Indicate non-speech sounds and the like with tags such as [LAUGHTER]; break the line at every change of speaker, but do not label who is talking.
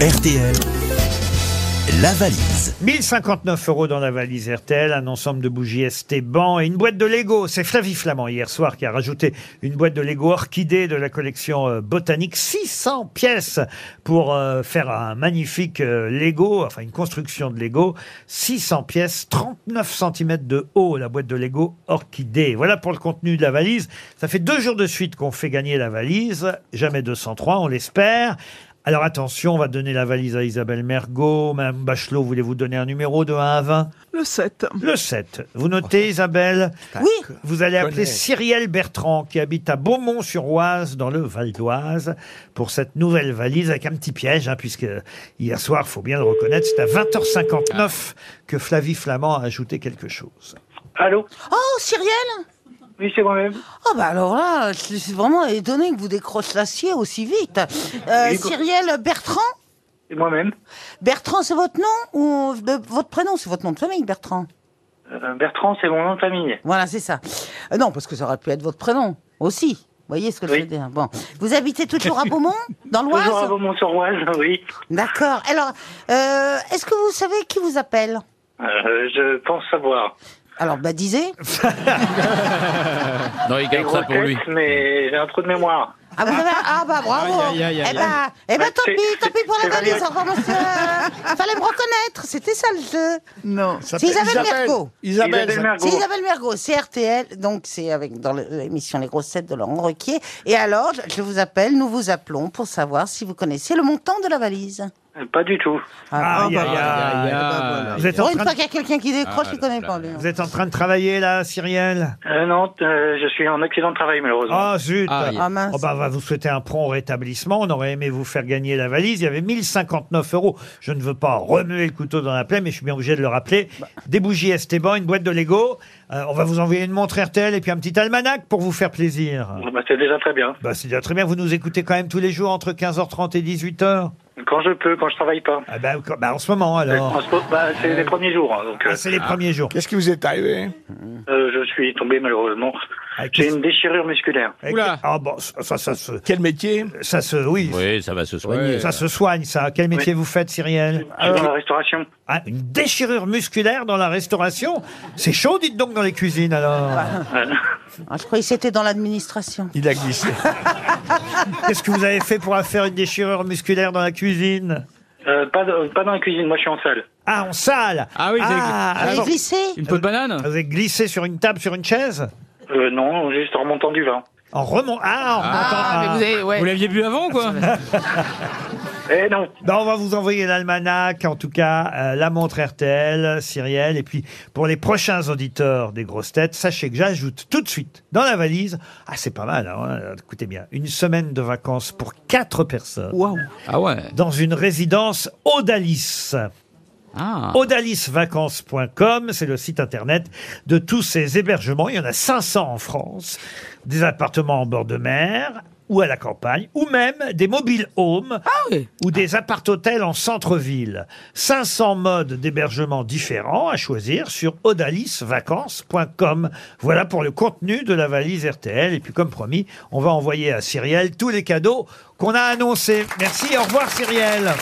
RTL, la valise.
1059 euros dans la valise RTL, un ensemble de bougies ST Ban et une boîte de Lego. C'est Flavie Flamand hier soir qui a rajouté une boîte de Lego orchidée de la collection euh, botanique. 600 pièces pour euh, faire un magnifique euh, Lego, enfin une construction de Lego. 600 pièces, 39 cm de haut, la boîte de Lego orchidée. Voilà pour le contenu de la valise. Ça fait deux jours de suite qu'on fait gagner la valise. Jamais 203, on l'espère. Alors attention, on va donner la valise à Isabelle Mergot. Madame Bachelot, voulez-vous donner un numéro de 1 à 20
Le 7.
Le 7. Vous notez, Isabelle
Oui.
Vous allez appeler
Connais.
Cyrielle Bertrand, qui habite à Beaumont-sur-Oise, dans le Val d'Oise, pour cette nouvelle valise avec un petit piège, hein, puisque hier soir, faut bien le reconnaître, c'est à 20h59 que Flavie Flamand a ajouté quelque chose.
Allô
Oh, Cyrielle
Oui, c'est moi-même.
Oh, bah alors là, je suis vraiment étonné que vous décrochiez l'acier aussi vite. Euh,
Oui, quoi.
Cyrielle Bertrand
C'est moi-même.
Bertrand, c'est votre nom ou de- votre prénom C'est votre nom de famille, Bertrand
Euh, Bertrand, c'est mon nom de famille.
Voilà, c'est ça. Euh, non, parce que ça aurait pu être votre prénom aussi. Vous voyez ce que je
Oui.
veux dire Bon. Vous habitez toujours à
[LAUGHS]
Beaumont, dans
Toujours à
l'Oise
Beaumont-sur-Oise, [LAUGHS] oui.
D'accord. Alors, euh, est-ce que vous savez qui vous appelle
Euh, je pense savoir.
Alors, bah, disez.
Non, il
Des
garde ça
grosses
pour lui.
têtes, mais j'ai un trou de mémoire.
Ah, vous avez- ah, bah bravo
Aïe, aïe, aïe,
Eh bah, eh bah,
Ouais,
tant
c'est-
pis, tant pis pour la
c'est
valise,
Valérie.
au revoir monsieur [LAUGHS] Fallait me reconnaître, c'était ça le jeu
Non.
C'est Isabelle Mergo
Isabelle.
Isabelle
ça-
Mergo.
c'est Isabelle Mergo, c'est RTL, donc c'est avec dans le- l'émission Les Grosses Têtes de Laurent Requier. Et alors, je- je vous appelle, nous vous appelons pour savoir si vous connaissez le montant de la valise.
Euh, Pas du tout.
Ah,
Aïe, aïe, aïe.
eh
aïe, aïe,
ben,
Vous êtes,
Pour
en
une
train
fois
de,
qu'il y a quelqu'un qui décroche,
Ah,
il connaît pas lui.
vous êtes en train de travailler là, Cyrielle
Euh, non, euh, je suis en accident de travail, malheureusement.
Ah zut
Ah,
Ah mince.
Oh, bah, on va vous souhaiter un prompt rétablissement. On aurait aimé vous faire gagner la valise. Il y avait 1059 euros. Je ne veux pas remuer le couteau dans la plaie, mais je suis bien obligé de le rappeler.
Bah.
Des bougies Esteban, une boîte de Lego. Euh, on va vous envoyer une montre RTL et puis un petit almanach pour vous faire plaisir.
Bon, bah, c'est déjà très bien.
Bah, c'est déjà très bien. Vous nous écoutez quand même tous les jours entre 15h30 et 18h.
Quand je peux, quand je travaille pas.
Ah, bah, quand- bah, en ce moment
Le
alors.
transport- bah, c'est les premiers jours, hein, donc euh,
Ah, c'est les premiers jours.
Qu'est-ce qui vous est arrivé
euh, je suis tombé malheureusement.
Ah,
J'ai
qu'est-ce-
une déchirure musculaire.
Oula.
Ah, bon, ça, ça, ça, se-
Quel métier
ça se, oui,
Oui, ça va se soigner.
ça se soigne, ça. Quel métier vous faites, Cyrielle
Je suis dans la restauration.
Ah, une déchirure musculaire dans la restauration C'est chaud, dites donc, dans les cuisines, alors.
Euh, [LAUGHS]
Ah, je croyais que c'était dans l'administration.
Il a glissé.
Qu'est-ce que vous avez fait pour faire une déchirure musculaire dans la cuisine
euh, pas, de- pas dans la cuisine, moi je suis en salle.
Ah, en salle
Ah oui, vous avez-
Ah,
Vous avez
alors,
glissé
Une peau de banane
vous avez glissé sur une table, sur une chaise
Euh, non, juste en remontant du vin.
En remontant... Ah, en remontant- ah.
Vous l'aviez bu avant, quoi
Eh non
Ben, on va vous envoyer l'almanach, en tout cas, euh, la montre RTL, Cyrielle. Et puis, pour les prochains auditeurs des grosses têtes, sachez que j'ajoute tout de suite dans la valise, ah, c'est pas mal, hein, écoutez bien, une semaine de vacances pour quatre personnes.
Waouh
Ah ouais.
dans une résidence Odalis.
Ah.
Odalisvacances.com, c'est le site internet de tous ces hébergements. Il y en a 500 en France. Des appartements en bord de mer ou à la campagne, ou même des mobile homes
oui.
ou des appart-hôtels en centre-ville. 500 modes d'hébergement différents à choisir sur odalisvacances.com. Voilà pour le contenu de la valise RTL. Et puis, comme promis, on va envoyer à Cyrielle tous les cadeaux qu'on a annoncés. Merci, au revoir Cyrielle.